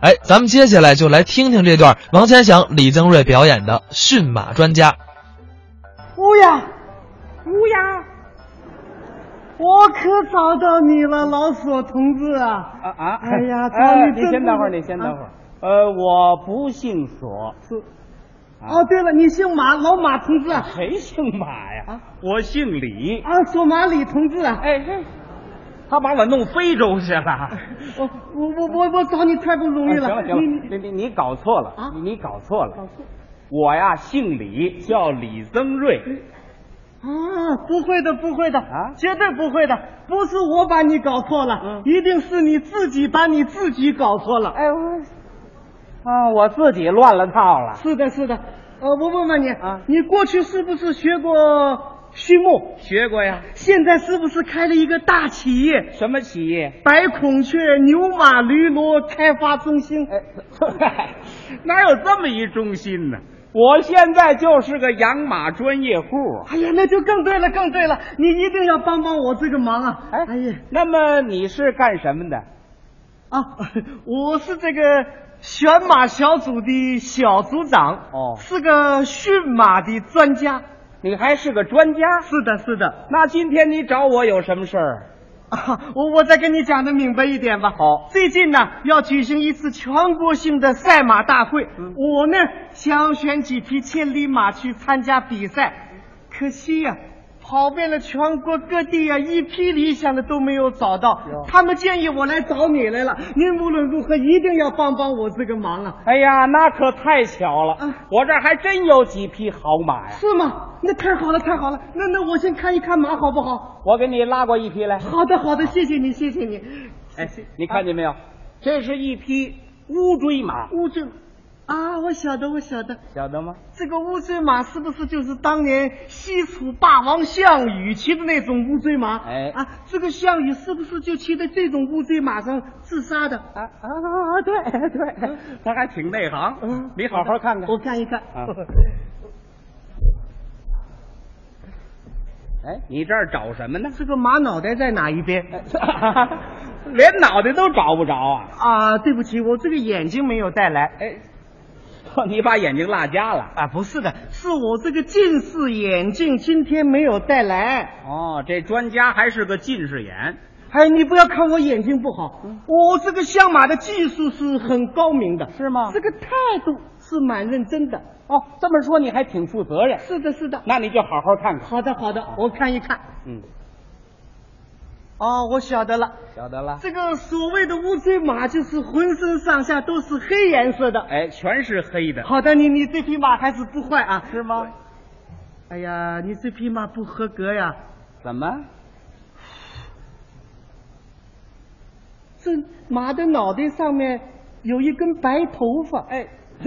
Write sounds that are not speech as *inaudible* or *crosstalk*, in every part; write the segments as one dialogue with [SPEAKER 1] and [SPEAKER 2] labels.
[SPEAKER 1] 哎，咱们接下来就来听听这段王千祥、李增瑞表演的《驯马专家》。
[SPEAKER 2] 乌鸦，乌鸦，我可找到你了，老索同志啊！
[SPEAKER 3] 啊啊！
[SPEAKER 2] 哎呀，
[SPEAKER 3] *laughs*
[SPEAKER 2] 找
[SPEAKER 3] 哎
[SPEAKER 2] 你真
[SPEAKER 3] 你先等会儿，你先等会儿。呃，我不姓索，
[SPEAKER 2] 啊哦，对了，你姓马，老马同志啊，
[SPEAKER 3] 谁姓马呀？
[SPEAKER 2] 啊
[SPEAKER 3] 我姓李。
[SPEAKER 2] 啊，索马里同志啊，
[SPEAKER 3] 哎，这他把我弄非洲去了。啊
[SPEAKER 2] 我我我我我找你太不容易
[SPEAKER 3] 行了行了，
[SPEAKER 2] 你你
[SPEAKER 3] 你你你搞错了，
[SPEAKER 2] 啊
[SPEAKER 3] 你你搞错了
[SPEAKER 2] 搞。错
[SPEAKER 3] 我呀姓李，叫李增瑞。
[SPEAKER 2] 啊，不会的，不会的，
[SPEAKER 3] 啊
[SPEAKER 2] 绝对不会的，不是我把你搞错了，
[SPEAKER 3] 嗯
[SPEAKER 2] 一定是你自己把你自己搞错了。
[SPEAKER 3] 哎我啊，我自己乱了套了。
[SPEAKER 2] 是的，是的，呃，我问问你
[SPEAKER 3] 啊
[SPEAKER 2] 你过去是不是学过畜牧？
[SPEAKER 3] 学过呀？
[SPEAKER 2] 现在是不是开了一个大企业？
[SPEAKER 3] 什么企业？
[SPEAKER 2] 白孔雀牛马驴骡开发中心，
[SPEAKER 3] 哎， *laughs* 哪有这么一中心呢？我现在就是个养马专业户啊。
[SPEAKER 2] 哎呀，那就更对了，更对了，你一定要帮帮我这个忙啊！
[SPEAKER 3] 哎，
[SPEAKER 2] 哎呀，
[SPEAKER 3] 那么你是干什么的？
[SPEAKER 2] 啊， *laughs* 我是这个选马小组的小组长，
[SPEAKER 3] 哦
[SPEAKER 2] 是个驯马的专家。
[SPEAKER 3] 你还是个专家。
[SPEAKER 2] 是的，是的，
[SPEAKER 3] 那今天你找我有什么事儿？
[SPEAKER 2] 啊、 *laughs* 我我再跟你讲的明白一点吧。
[SPEAKER 3] 好
[SPEAKER 2] 最近呢要举行一次全国性的赛马大会，
[SPEAKER 3] 嗯
[SPEAKER 2] 我呢想选几匹千里马去参加比赛，可惜呀、跑遍了全国各地呀、一匹理想的都没有找到
[SPEAKER 3] 哟。
[SPEAKER 2] 他们建议我来找你来了，您无论如何一定要帮帮我这个忙啊！
[SPEAKER 3] 哎呀，那可太巧了，
[SPEAKER 2] 啊
[SPEAKER 3] 我这儿还真有几匹好马呀！
[SPEAKER 2] 是吗？那太好了，太好了。那那我先看一看马好不好？
[SPEAKER 3] 我给你拉过一匹来。
[SPEAKER 2] 好的，好的，谢谢你，谢谢你。
[SPEAKER 3] 哎，你看见没
[SPEAKER 2] 啊
[SPEAKER 3] 有？这是一匹乌骓马，
[SPEAKER 2] 乌骓，啊，我晓得，我晓得。
[SPEAKER 3] 晓得吗？
[SPEAKER 2] 这个乌骓马是不是就是当年西楚霸王项羽骑的那种乌骓马？
[SPEAKER 3] 哎
[SPEAKER 2] 啊，这个项羽是不是就骑在这种乌骓马上自杀的？
[SPEAKER 3] 啊啊啊！对对，他还挺内行。嗯，你好好看看
[SPEAKER 2] 我。看一看。 *laughs*
[SPEAKER 3] 啊哎，你这儿找什么呢？
[SPEAKER 2] 这个马脑袋在哪一
[SPEAKER 3] 哎
[SPEAKER 2] 边？
[SPEAKER 3] *laughs* 连脑袋都找不着啊！
[SPEAKER 2] 啊，对不起，我这个眼睛没有带来。
[SPEAKER 3] 哎，你把眼睛落瞎了。
[SPEAKER 2] 啊，不是的，是我这个近视眼镜今天没有带来。
[SPEAKER 3] 哦，这专家还是个近视眼。
[SPEAKER 2] 哎，你不要看我眼睛不好，
[SPEAKER 3] 嗯
[SPEAKER 2] 我这个相马的技术是很高明的，
[SPEAKER 3] 是啊吗
[SPEAKER 2] 这个态度是蛮认真的。
[SPEAKER 3] 哦，这么说你还挺负责任，
[SPEAKER 2] 是的，是的。
[SPEAKER 3] 那你就好好看看。
[SPEAKER 2] 好的，好的，
[SPEAKER 3] 啊
[SPEAKER 2] 我看一看。
[SPEAKER 3] 嗯，
[SPEAKER 2] 哦，我晓得了，
[SPEAKER 3] 晓得了。
[SPEAKER 2] 这个所谓的乌骓马就是浑身上下都是黑颜色的。
[SPEAKER 3] 哎，全是黑的，
[SPEAKER 2] 好的，你你这匹马还是不坏啊。
[SPEAKER 3] 是吗？
[SPEAKER 2] 哎呀，你这匹马不合格呀，
[SPEAKER 3] 怎么？
[SPEAKER 2] 这马的脑袋上面有一根白头发，
[SPEAKER 3] 哎，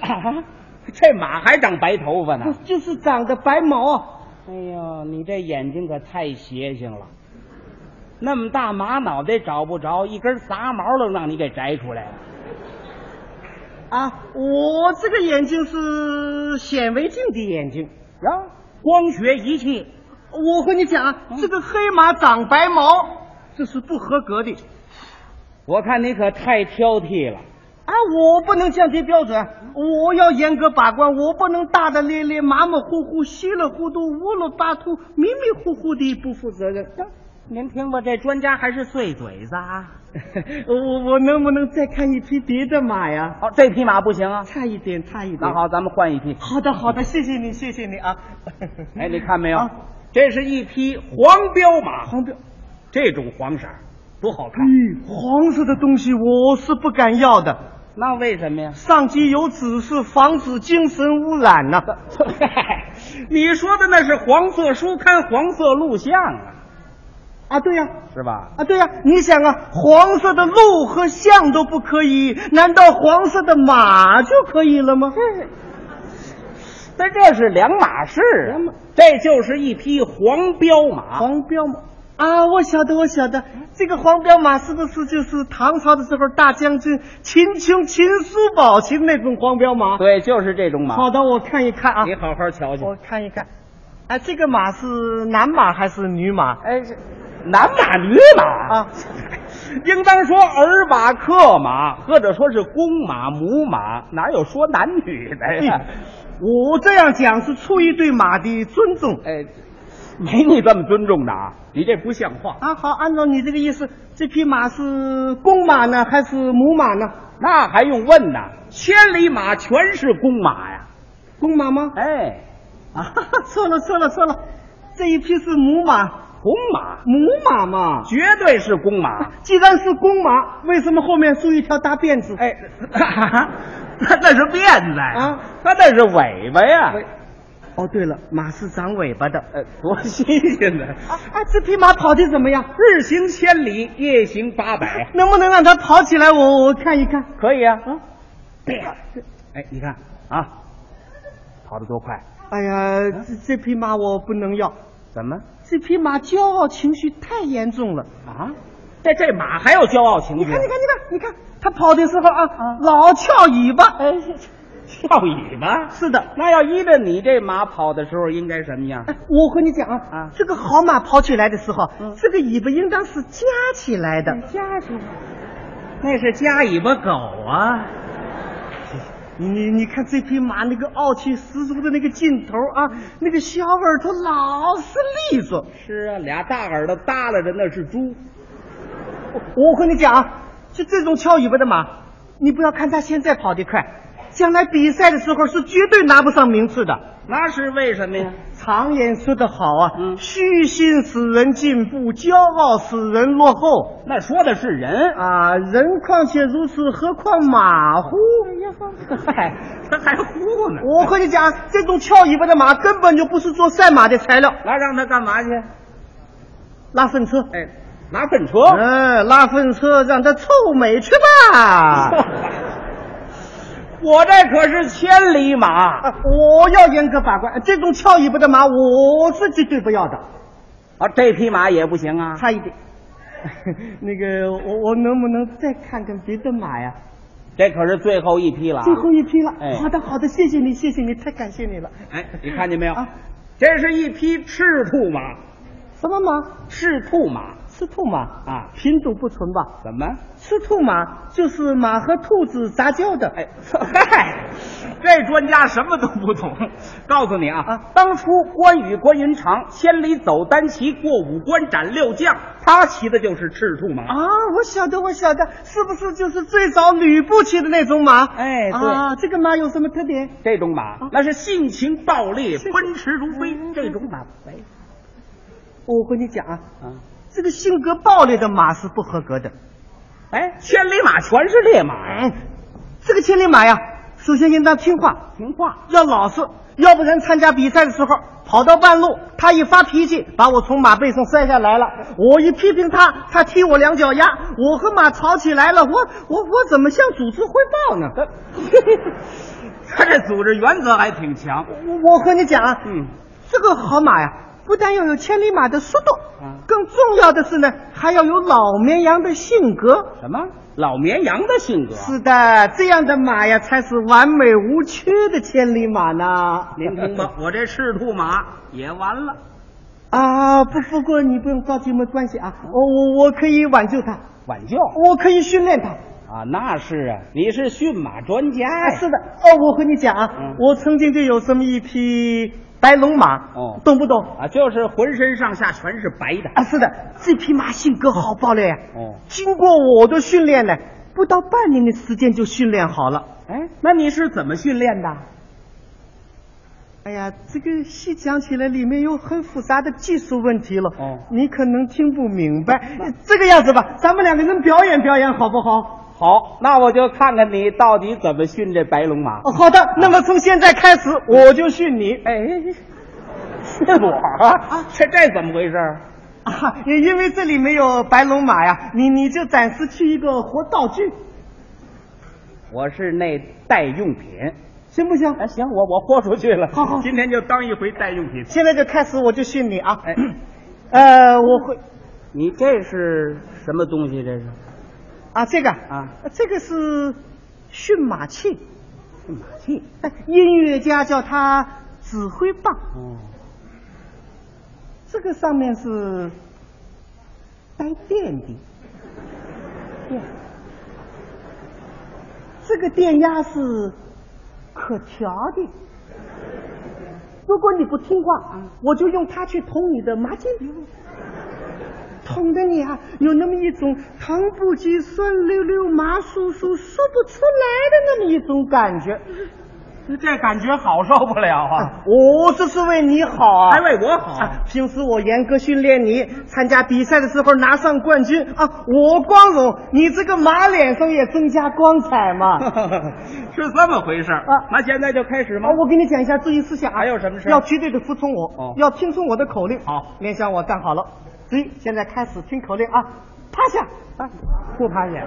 [SPEAKER 3] 啊， *laughs* 这马还长白头发呢
[SPEAKER 2] 不。就是长的白毛啊？
[SPEAKER 3] *laughs* 哎呦，你这眼睛可太邪性了。那么大马脑袋找不着，一根杂毛都让你给摘出来了。
[SPEAKER 2] 啊，我这个眼睛是显微镜的眼睛。
[SPEAKER 3] 呀，啊光学仪器
[SPEAKER 2] 我和你讲啊，
[SPEAKER 3] 嗯
[SPEAKER 2] 这个黑马长白毛，这是不合格的。
[SPEAKER 3] 我看你可太挑剔了。
[SPEAKER 2] 啊，我不能降低标准，我要严格把关，我不能大大咧咧、马马虎虎、稀里糊涂、乌鲁巴秃、迷迷糊糊的不负责任。
[SPEAKER 3] 您听吧，这专家还是碎嘴子啊。
[SPEAKER 2] 我我能不能再看一匹别的马呀？
[SPEAKER 3] *laughs* 好，这匹马不行啊。
[SPEAKER 2] 差一点，差一点。
[SPEAKER 3] 那，好，咱们换一匹。
[SPEAKER 2] 好的，好的，谢谢你，谢谢你啊。
[SPEAKER 3] *laughs* 哎，你看没有
[SPEAKER 2] 啊？
[SPEAKER 3] 这是一匹黄骠马，
[SPEAKER 2] 黄标，
[SPEAKER 3] 这种黄色儿多好看。
[SPEAKER 2] 嗯，黄色的东西我是不敢要的。？
[SPEAKER 3] 那为什么呀
[SPEAKER 2] 上级有指示，防止精神污染
[SPEAKER 3] 啊
[SPEAKER 2] 呐、
[SPEAKER 3] *laughs* 你说的那是黄色书刊、黄色录像啊，
[SPEAKER 2] 啊，对呀、
[SPEAKER 3] 是吧？
[SPEAKER 2] 啊，对呀、你想啊，黄色的鹿和象都不可以，难道黄色的马就可以了吗？
[SPEAKER 3] 但这是两码事啊
[SPEAKER 2] 两码，
[SPEAKER 3] 这就是一匹黄骠马。
[SPEAKER 2] 黄骠马啊，我晓得，我晓得，这个黄骠马是不是就是唐朝的时候大将军秦琼、秦叔宝骑的那种黄骠马？
[SPEAKER 3] 对，就是这种马。
[SPEAKER 2] 好的，我看一看啊
[SPEAKER 3] 你，好好瞧瞧
[SPEAKER 2] 我。看一看，啊，这个马是男马还是女马？
[SPEAKER 3] 哎，这男马女马
[SPEAKER 2] 啊，
[SPEAKER 3] 应当说儿马、克马，或者说是公马、母马，哪有说男女的哎呀？
[SPEAKER 2] *laughs* 嗯我这样讲是出于对马的尊重
[SPEAKER 3] 哎，没你这么尊重的啊！你这不像话。
[SPEAKER 2] 啊。好，按照你这个意思，这匹马是公马呢，还是母马呢？
[SPEAKER 3] 那还用问呐？千里马全是公马呀！
[SPEAKER 2] 公马吗？
[SPEAKER 3] 哎，
[SPEAKER 2] *laughs* 啊，错了错了错了，这一批是母马，
[SPEAKER 3] 红马
[SPEAKER 2] 母马嘛。
[SPEAKER 3] 绝对是公马。
[SPEAKER 2] 既然是公马，为什么后面梳一条大辫子？
[SPEAKER 3] *laughs* 哎，那那是辫子
[SPEAKER 2] 啊，
[SPEAKER 3] 它那是尾巴呀。
[SPEAKER 2] 尾哦，对了，马是长尾巴的。
[SPEAKER 3] 呃，多新鲜呢！
[SPEAKER 2] 啊，哎，这匹马跑得怎么样？
[SPEAKER 3] 日行千里，夜行八百，
[SPEAKER 2] 能不能让它跑起来？我我看一看。
[SPEAKER 3] 可以啊。
[SPEAKER 2] 啊，
[SPEAKER 3] 哎，你看啊，跑得多快！
[SPEAKER 2] 哎呀，这这匹马我不能要，
[SPEAKER 3] 怎么
[SPEAKER 2] 这匹马骄傲情绪太严重了。
[SPEAKER 3] 啊？这这马还有骄傲情绪？
[SPEAKER 2] 你看，你看，你看，你看，它跑的时候哎啊，老翘尾巴。哎，
[SPEAKER 3] 跳尾巴。
[SPEAKER 2] 是的，
[SPEAKER 3] 那要依着你这马跑的时候，应该什么样？
[SPEAKER 2] 哎，我和你讲啊，
[SPEAKER 3] 啊嗯
[SPEAKER 2] 这个好马跑起来的时候，这个尾巴应当是夹起来的。
[SPEAKER 3] 加起来，那是加尾巴狗啊！
[SPEAKER 2] 你你看这匹马那个傲气十足的那个劲头啊，
[SPEAKER 3] 嗯
[SPEAKER 2] 那个小耳朵老是立着。
[SPEAKER 3] 是啊，俩大耳朵耷拉着，那是猪。
[SPEAKER 2] 我我跟你讲啊，就这种翘尾巴的马，你不要看它现在跑得快，将来比赛的时候是绝对拿不上名次的。
[SPEAKER 3] 那是为什么呀？
[SPEAKER 2] 常言说得好啊，
[SPEAKER 3] 嗯
[SPEAKER 2] 虚心使人进步，骄傲使人落后。
[SPEAKER 3] 那说的是人。 *laughs*
[SPEAKER 2] 啊，人况且如此，何况马乎？
[SPEAKER 3] 嗨，他还呼呢
[SPEAKER 2] *laughs* 我和你讲，这种翘尾巴的马根本就不是做赛马的材料，
[SPEAKER 3] 那让他干嘛去？
[SPEAKER 2] 拉粪车。
[SPEAKER 3] 哎，拿粪车。
[SPEAKER 2] 嗯，拉粪车让它臭美去吧。
[SPEAKER 3] 嗯 *laughs* 我这可是千里马
[SPEAKER 2] 啊我要严格把关，这种翘尾巴的马我是绝对不要的。
[SPEAKER 3] 啊，这匹马也不行啊。
[SPEAKER 2] 差一点， *laughs* 那个我我能不能再看看别的马呀？
[SPEAKER 3] 这可是最后一匹了啊。
[SPEAKER 2] 最后一批了。
[SPEAKER 3] 哎
[SPEAKER 2] 好的好的，谢谢你谢谢你，太感谢你了。
[SPEAKER 3] 哎，你看见没有？
[SPEAKER 2] 啊
[SPEAKER 3] 这是一匹赤兔马，
[SPEAKER 2] 什么马？
[SPEAKER 3] 赤兔马
[SPEAKER 2] 赤兔马，
[SPEAKER 3] 啊？
[SPEAKER 2] 品种不纯吧？
[SPEAKER 3] 怎么？
[SPEAKER 2] 赤兔马就是马和兔子杂交的。
[SPEAKER 3] 哎，嗨，这专家什么都不懂。告诉你啊，
[SPEAKER 2] 啊
[SPEAKER 3] 当初关羽关云长千里走单骑，过五关斩六将，他骑的就是赤兔马。
[SPEAKER 2] 啊，我晓得，我晓得，是不是就是最早吕布骑的那种马？
[SPEAKER 3] 哎对
[SPEAKER 2] 啊，这个马有什么特点？
[SPEAKER 3] 这种马、那是性情暴烈，
[SPEAKER 2] 啊是嗯
[SPEAKER 3] 奔驰如飞。这种马不飞
[SPEAKER 2] 我跟你讲啊，
[SPEAKER 3] 啊。
[SPEAKER 2] 这个性格暴烈的马是不合格的。
[SPEAKER 3] 哎，千里马全是烈马
[SPEAKER 2] 嗯，
[SPEAKER 3] 呀、
[SPEAKER 2] 这个千里马呀，首先应当听话，
[SPEAKER 3] 听话。
[SPEAKER 2] 要老实，要不然参加比赛的时候跑到半路，他一发脾气把我从马背上摔下来了，我一批评他，他踢我两脚丫，我和马吵起来了，我我我怎么向组织汇报呢？
[SPEAKER 3] 他 *laughs* 他这组织原则还挺强。
[SPEAKER 2] 我我和你讲啊，
[SPEAKER 3] 嗯，
[SPEAKER 2] 这个好马呀，不但要有千里马的速度
[SPEAKER 3] 啊，
[SPEAKER 2] 更重要的是呢，还要有老绵羊的性格。
[SPEAKER 3] 什么老绵羊的性格？
[SPEAKER 2] 是的，这样的马呀，才是完美无缺的千里马呢。
[SPEAKER 3] 您听吧，我这赤兔马也完了。
[SPEAKER 2] *laughs* 啊，不，不过你不用着急，没关系啊，我我我可以挽救它，
[SPEAKER 3] 挽救
[SPEAKER 2] 我可以训练它。
[SPEAKER 3] 啊，那是啊，你是驯马专家
[SPEAKER 2] 啊，
[SPEAKER 3] 呀、
[SPEAKER 2] 是的，哦，我和你讲啊，
[SPEAKER 3] 哎嗯
[SPEAKER 2] 我曾经就有这么一匹白龙马，
[SPEAKER 3] 哦
[SPEAKER 2] 懂不懂？
[SPEAKER 3] 啊，就是浑身上下全是白的。
[SPEAKER 2] 啊，是的，这匹马性格好爆烈呀、
[SPEAKER 3] 哦
[SPEAKER 2] 经过我的训练呢，不到半年的时间就训练好了。
[SPEAKER 3] 哎，那你是怎么训练的？
[SPEAKER 2] 哎呀，这个细讲起来里面有很复杂的技术问题了，
[SPEAKER 3] 哦
[SPEAKER 2] 你可能听不明白。这个样子吧，咱们两个人表演表演好不好？
[SPEAKER 3] 好，那我就看看你到底怎么训这白龙马。
[SPEAKER 2] 哦，好的。那么从现在开始，我就训你。
[SPEAKER 3] 哎，是 *laughs* 我啊？这这怎么回事儿？
[SPEAKER 2] 啊，因因为这里没有白龙马呀，你你就暂时去一个活道具，
[SPEAKER 3] 我是那代用品。
[SPEAKER 2] 行不行？
[SPEAKER 3] 哎，行，我我豁出去了。
[SPEAKER 2] 好好
[SPEAKER 3] 今天就当一回代用品。
[SPEAKER 2] 现在就开始，我就训你啊。
[SPEAKER 3] 哎，
[SPEAKER 2] 呃，我会。
[SPEAKER 3] 你这是什么东西？这是
[SPEAKER 2] 啊，这个
[SPEAKER 3] 啊，
[SPEAKER 2] 这个是驯马器，
[SPEAKER 3] 马器。
[SPEAKER 2] 哎音乐家叫它指挥棒。
[SPEAKER 3] 哦，
[SPEAKER 2] 这个上面是带电的，电。这个电压是可调的。如果你不听话啊，我就用它去捅你的麻筋，捅的你啊有那么一种疼不及、酸溜溜、麻酥酥、说不出来的那么一种感觉。
[SPEAKER 3] 这感觉好受不了啊！
[SPEAKER 2] 哦，这是为你好啊，
[SPEAKER 3] 还为我好
[SPEAKER 2] 啊！平时我严格训练你，参加比赛的时候拿上冠军啊，我光荣，你这个马脸上也增加光彩嘛。
[SPEAKER 3] *laughs* *laughs* 是这么回事儿
[SPEAKER 2] 啊
[SPEAKER 3] 那现在就开始吗
[SPEAKER 2] 啊，？我跟你讲一下注意事项啊，
[SPEAKER 3] 还有什么事
[SPEAKER 2] 要绝对的服从我，
[SPEAKER 3] 哦
[SPEAKER 2] 要听从我的口令。
[SPEAKER 3] 好，
[SPEAKER 2] 联想我站好了，一，现在开始听口令啊，趴下，啊，不趴下，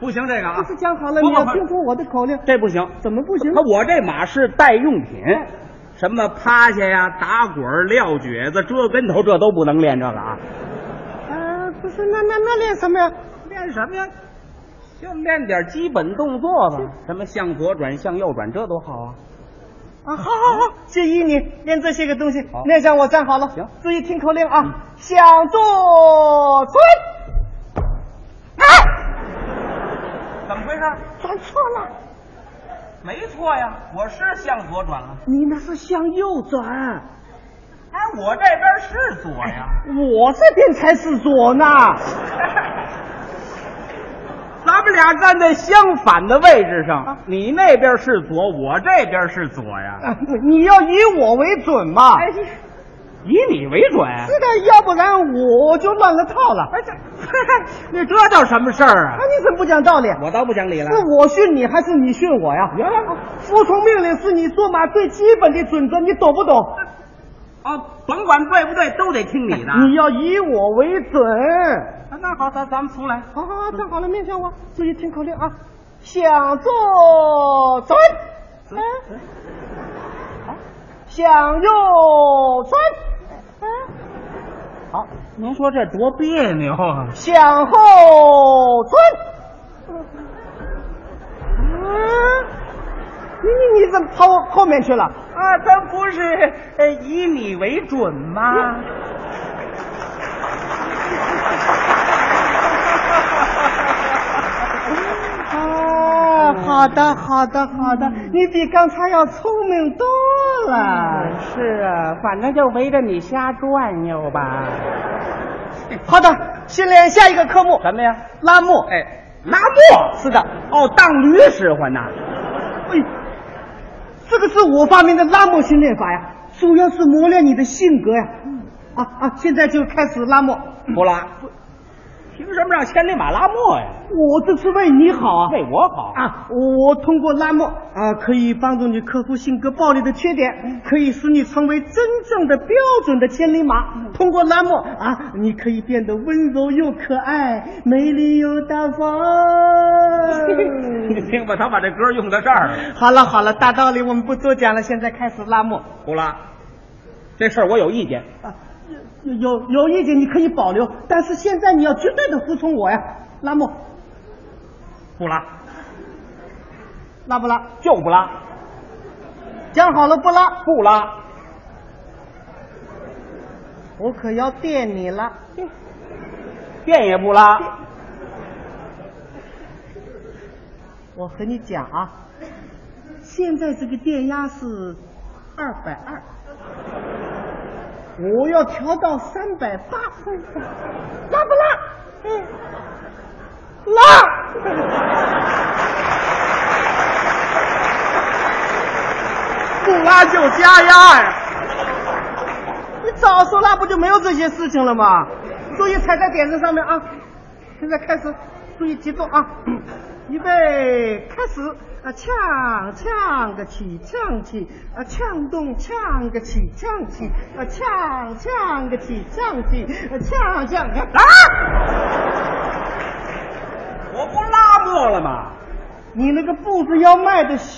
[SPEAKER 3] 不行，这个啊
[SPEAKER 2] 不是讲好了
[SPEAKER 3] 不
[SPEAKER 2] 你要
[SPEAKER 3] 不不
[SPEAKER 2] 听从我的口令，
[SPEAKER 3] *laughs* 这不行，哦
[SPEAKER 2] 怎么不行
[SPEAKER 3] 他？我这马是代用品，什么趴下呀、打滚儿、撂蹶子、折跟头，这都不能练这个啊。
[SPEAKER 2] 啊，不是，那那那练什么呀？
[SPEAKER 3] 练什么呀？就练点基本动作吧，什么向左转、向右转，这多好啊！
[SPEAKER 2] 啊，好好好，就依你练这些个东西
[SPEAKER 3] 好。
[SPEAKER 2] 那下我站好了，
[SPEAKER 3] 行嗯
[SPEAKER 2] 注意听口令啊！向左转，哎，
[SPEAKER 3] 怎么回事？
[SPEAKER 2] 转错了，
[SPEAKER 3] 没错呀，我是向左转了。
[SPEAKER 2] 你那是向右转，
[SPEAKER 3] 哎，我这边是左呀。
[SPEAKER 2] 我这边才是左呢。
[SPEAKER 3] 咱们俩站在相反的位置上，
[SPEAKER 2] 啊
[SPEAKER 3] 你那边是左，我这边是左呀。
[SPEAKER 2] 啊你要以我为准嘛？
[SPEAKER 3] 哎，以你为准。
[SPEAKER 2] 是的，要不然我就乱了套了。
[SPEAKER 3] 哎，这那这叫什么事儿
[SPEAKER 2] 啊，
[SPEAKER 3] 啊？
[SPEAKER 2] 你怎么不讲道理？
[SPEAKER 3] 我哦倒不讲理了
[SPEAKER 2] 是。我训你还是你训我呀？
[SPEAKER 3] 原来
[SPEAKER 2] 服从命令是你做马最基本的准则，你懂不懂？
[SPEAKER 3] 啊，甭管对不对，都得听你的。
[SPEAKER 2] 你要以我为准。
[SPEAKER 3] 啊那好，咱咱们重来。
[SPEAKER 2] 好好好，站好了，面向我，注意听口令啊！向左转，嗯，向右转，嗯，
[SPEAKER 3] 好，您说这多别扭啊！
[SPEAKER 2] 向后转。嗯，你你你怎么跑我后面去了？
[SPEAKER 3] 啊，咱不是呃以你为准吗？
[SPEAKER 2] 啊，好的，好的，好的，你比刚才要聪明多了。
[SPEAKER 3] 是啊，反正就围着你瞎转悠吧。
[SPEAKER 2] 好的，训练下一个科目
[SPEAKER 3] 什么呀？
[SPEAKER 2] 拉幕。
[SPEAKER 3] 哎，拉磨
[SPEAKER 2] 是的，
[SPEAKER 3] 哦，当驴使唤呐。
[SPEAKER 2] 哎，这个是我发明的拉莫训练法呀，主要是磨练你的性格呀。啊啊！现在就开始拉莫，
[SPEAKER 3] 不拉，凭什么让千里马拉磨呀？
[SPEAKER 2] 我这是为你好啊！
[SPEAKER 3] 为我好
[SPEAKER 2] 啊，我通过拉莫啊，可以帮助你克服性格暴力的缺点，可以使你成为真正的标准的千里马。通过拉莫啊，你可以变得温柔又可爱，美丽又大方。
[SPEAKER 3] *laughs* 你听吧，他把这歌用到这儿了。
[SPEAKER 2] 好了好了，大道理我们不多讲了，现在开始拉莫。
[SPEAKER 3] 不拉，这事儿我有意见。
[SPEAKER 2] 啊，有有有意见你可以保留，但是现在你要绝对的服从我呀，拉莫，
[SPEAKER 3] 不拉，
[SPEAKER 2] 拉不拉？
[SPEAKER 3] 就不拉，
[SPEAKER 2] 讲好了不拉，
[SPEAKER 3] 不拉。
[SPEAKER 2] 我可要电你了。
[SPEAKER 3] 电也不拉，
[SPEAKER 2] 我和你讲啊，现在这个电压是二百二，我要调到三百八，拉不拉？嗯，拉。 *laughs*
[SPEAKER 3] 不拉就加压呀、
[SPEAKER 2] 你早说那不就没有这些事情了吗？注意踩在点子上面啊！现在开始，注意集中啊！预备，开始啊！呛呛个起，呛起啊！呛动呛个起，呛起啊！呛呛个起，呛起啊！呛呛个啊！
[SPEAKER 3] 我不拉磨了吗？
[SPEAKER 2] 你那个步子要迈的小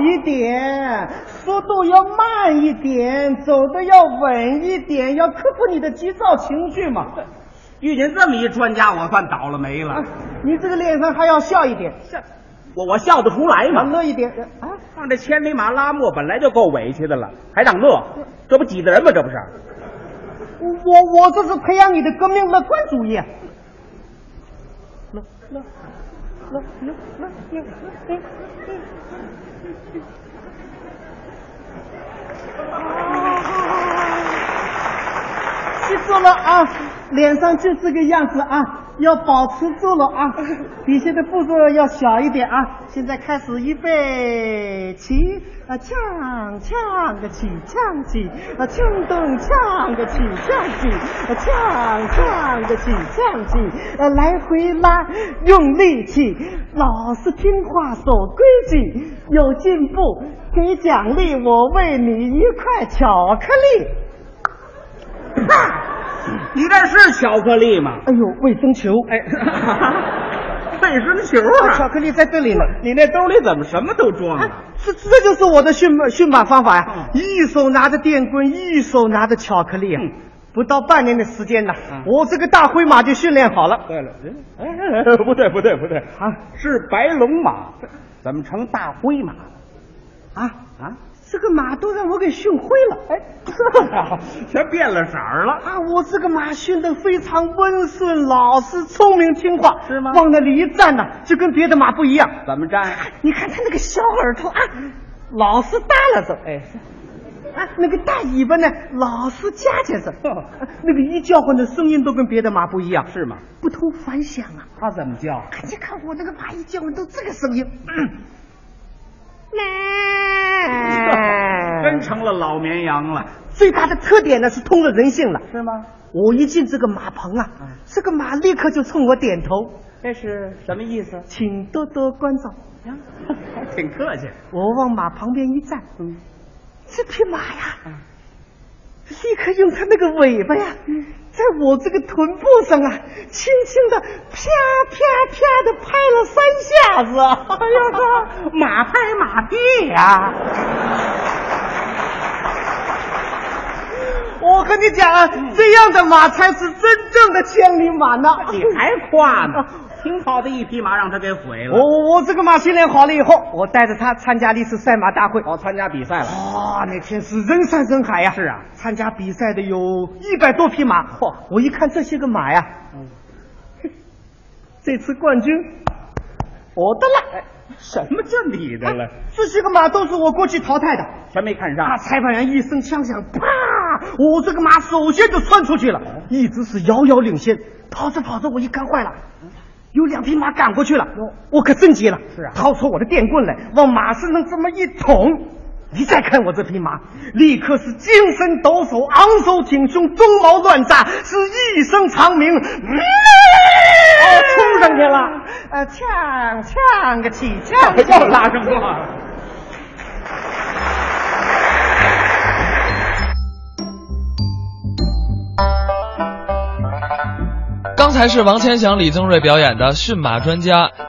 [SPEAKER 2] 一点，速度要慢一点，走的要稳一点，要克服你的急躁情绪嘛。
[SPEAKER 3] 遇见这么一专家，我算倒了霉了。
[SPEAKER 2] 啊，你这个脸上还要笑一点，笑
[SPEAKER 3] 我我笑得出来吗？
[SPEAKER 2] 乐一点啊！
[SPEAKER 3] 让这啊 *laughs* 千里马拉磨本来就够委屈的了，还让乐，这不挤得人吗？这不是？
[SPEAKER 2] 我我这是培养你的革命乐观主义。啊记住了啊，脸上就这个样子啊，要保持住了啊，比现在步骤要小一点啊。现在开始，预备起啊，呛呛个起，呛起啊，呛动呛个起，呛起啊，呛呛个起，呛起啊，来回拉，用力气，老实听话，守规矩，有进步给奖励，我喂你一块巧克力。
[SPEAKER 3] 你这是巧克力吗？
[SPEAKER 2] 哎呦，卫生球！
[SPEAKER 3] *laughs*
[SPEAKER 2] 哎，
[SPEAKER 3] 卫生球啊
[SPEAKER 2] 巧！克力在这里呢。
[SPEAKER 3] 你那兜里怎么什么都装啊？
[SPEAKER 2] 这这就是我的驯马驯马方法呀、
[SPEAKER 3] 嗯
[SPEAKER 2] 一手拿着电棍，一手拿着巧克力啊
[SPEAKER 3] 嗯
[SPEAKER 2] 不到半年的时间呐、
[SPEAKER 3] 嗯
[SPEAKER 2] 我这个大灰马就训练好了
[SPEAKER 3] 对了，哎哎，哎不对不对不对，
[SPEAKER 2] 啊
[SPEAKER 3] 是白龙马，怎么成大灰马了
[SPEAKER 2] 啊！
[SPEAKER 3] 啊？
[SPEAKER 2] 这个马都让我给训灰了。哎，
[SPEAKER 3] *laughs* 全变了色儿了。
[SPEAKER 2] 啊，我这个马训得非常温顺、老实、聪明、听话，
[SPEAKER 3] 是吗
[SPEAKER 2] 往那里一站呐、就跟别的马不一样。
[SPEAKER 3] 怎么站？
[SPEAKER 2] 你看它那个小耳朵啊，老是耷拉着。
[SPEAKER 3] 哎，
[SPEAKER 2] 啊，那个大尾巴呢，老是夹夹着，哦那个一叫唤的声音都跟别的马不一样，
[SPEAKER 3] 是吗？
[SPEAKER 2] 不同凡响啊！
[SPEAKER 3] 他怎么叫？
[SPEAKER 2] 看你看我那个马一叫唤都这个声音，嗯
[SPEAKER 3] *laughs* *laughs* 真成了老绵羊了，
[SPEAKER 2] 最大的特点呢是通了人性了。
[SPEAKER 3] 是吗？
[SPEAKER 2] 我一进这个马棚啊
[SPEAKER 3] 嗯，
[SPEAKER 2] 这个马立刻就冲我点头，
[SPEAKER 3] 这是什么意思？
[SPEAKER 2] 请多多关照。
[SPEAKER 3] 还 *laughs* 挺客气。
[SPEAKER 2] 我往马旁边一站，
[SPEAKER 3] 嗯，
[SPEAKER 2] 这匹马呀
[SPEAKER 3] 嗯，
[SPEAKER 2] 立刻用它那个尾巴呀，
[SPEAKER 3] 嗯
[SPEAKER 2] 在我这个臀部上啊，轻轻的啪啪啪的拍了三下子。哎 *laughs* 呀
[SPEAKER 3] 呀这马拍马屁
[SPEAKER 2] 呀！我跟你讲啊，
[SPEAKER 3] 嗯
[SPEAKER 2] 这样的马才是真正的千里马呢。
[SPEAKER 3] *laughs* 你还夸呢？挺好的一匹马，让他给毁
[SPEAKER 2] 我 *laughs*
[SPEAKER 3] 了。
[SPEAKER 2] 我我这个马训练好了以后，我带着它参加了一次赛马大会。
[SPEAKER 3] 哦，参加比赛了。
[SPEAKER 2] 哇、啊那天是人山人海呀、
[SPEAKER 3] 是啊，
[SPEAKER 2] 参加比赛的有一百多匹马。嚯、我一看这些个马呀，
[SPEAKER 3] 嗯
[SPEAKER 2] *laughs* 这次冠军我的
[SPEAKER 3] 哎
[SPEAKER 2] 了。啊
[SPEAKER 3] 什么叫你的了？
[SPEAKER 2] 这些个马都是我过去淘汰的。
[SPEAKER 3] 哎全没看
[SPEAKER 2] 啊！
[SPEAKER 3] 上。
[SPEAKER 2] 裁判员一声枪响，啪！我这个马首先就窜出去了，
[SPEAKER 3] 哦
[SPEAKER 2] 一直是遥遥领先。跑着跑着，我一看坏了，有两匹马赶过去了，我可真急了，
[SPEAKER 3] 嗯是啊
[SPEAKER 2] 掏出我的电棍来，往马身上这么一捅。你再看我这匹马，立刻是精神抖擞，昂首挺胸，鬃毛乱炸，是一声长鸣。嗯哦
[SPEAKER 3] 冲上去了，，
[SPEAKER 2] 呃，呛呛个起呛
[SPEAKER 3] *laughs* 又拉上话了。
[SPEAKER 1] 刚才是王千祥、李增瑞表演的《驯马专家》。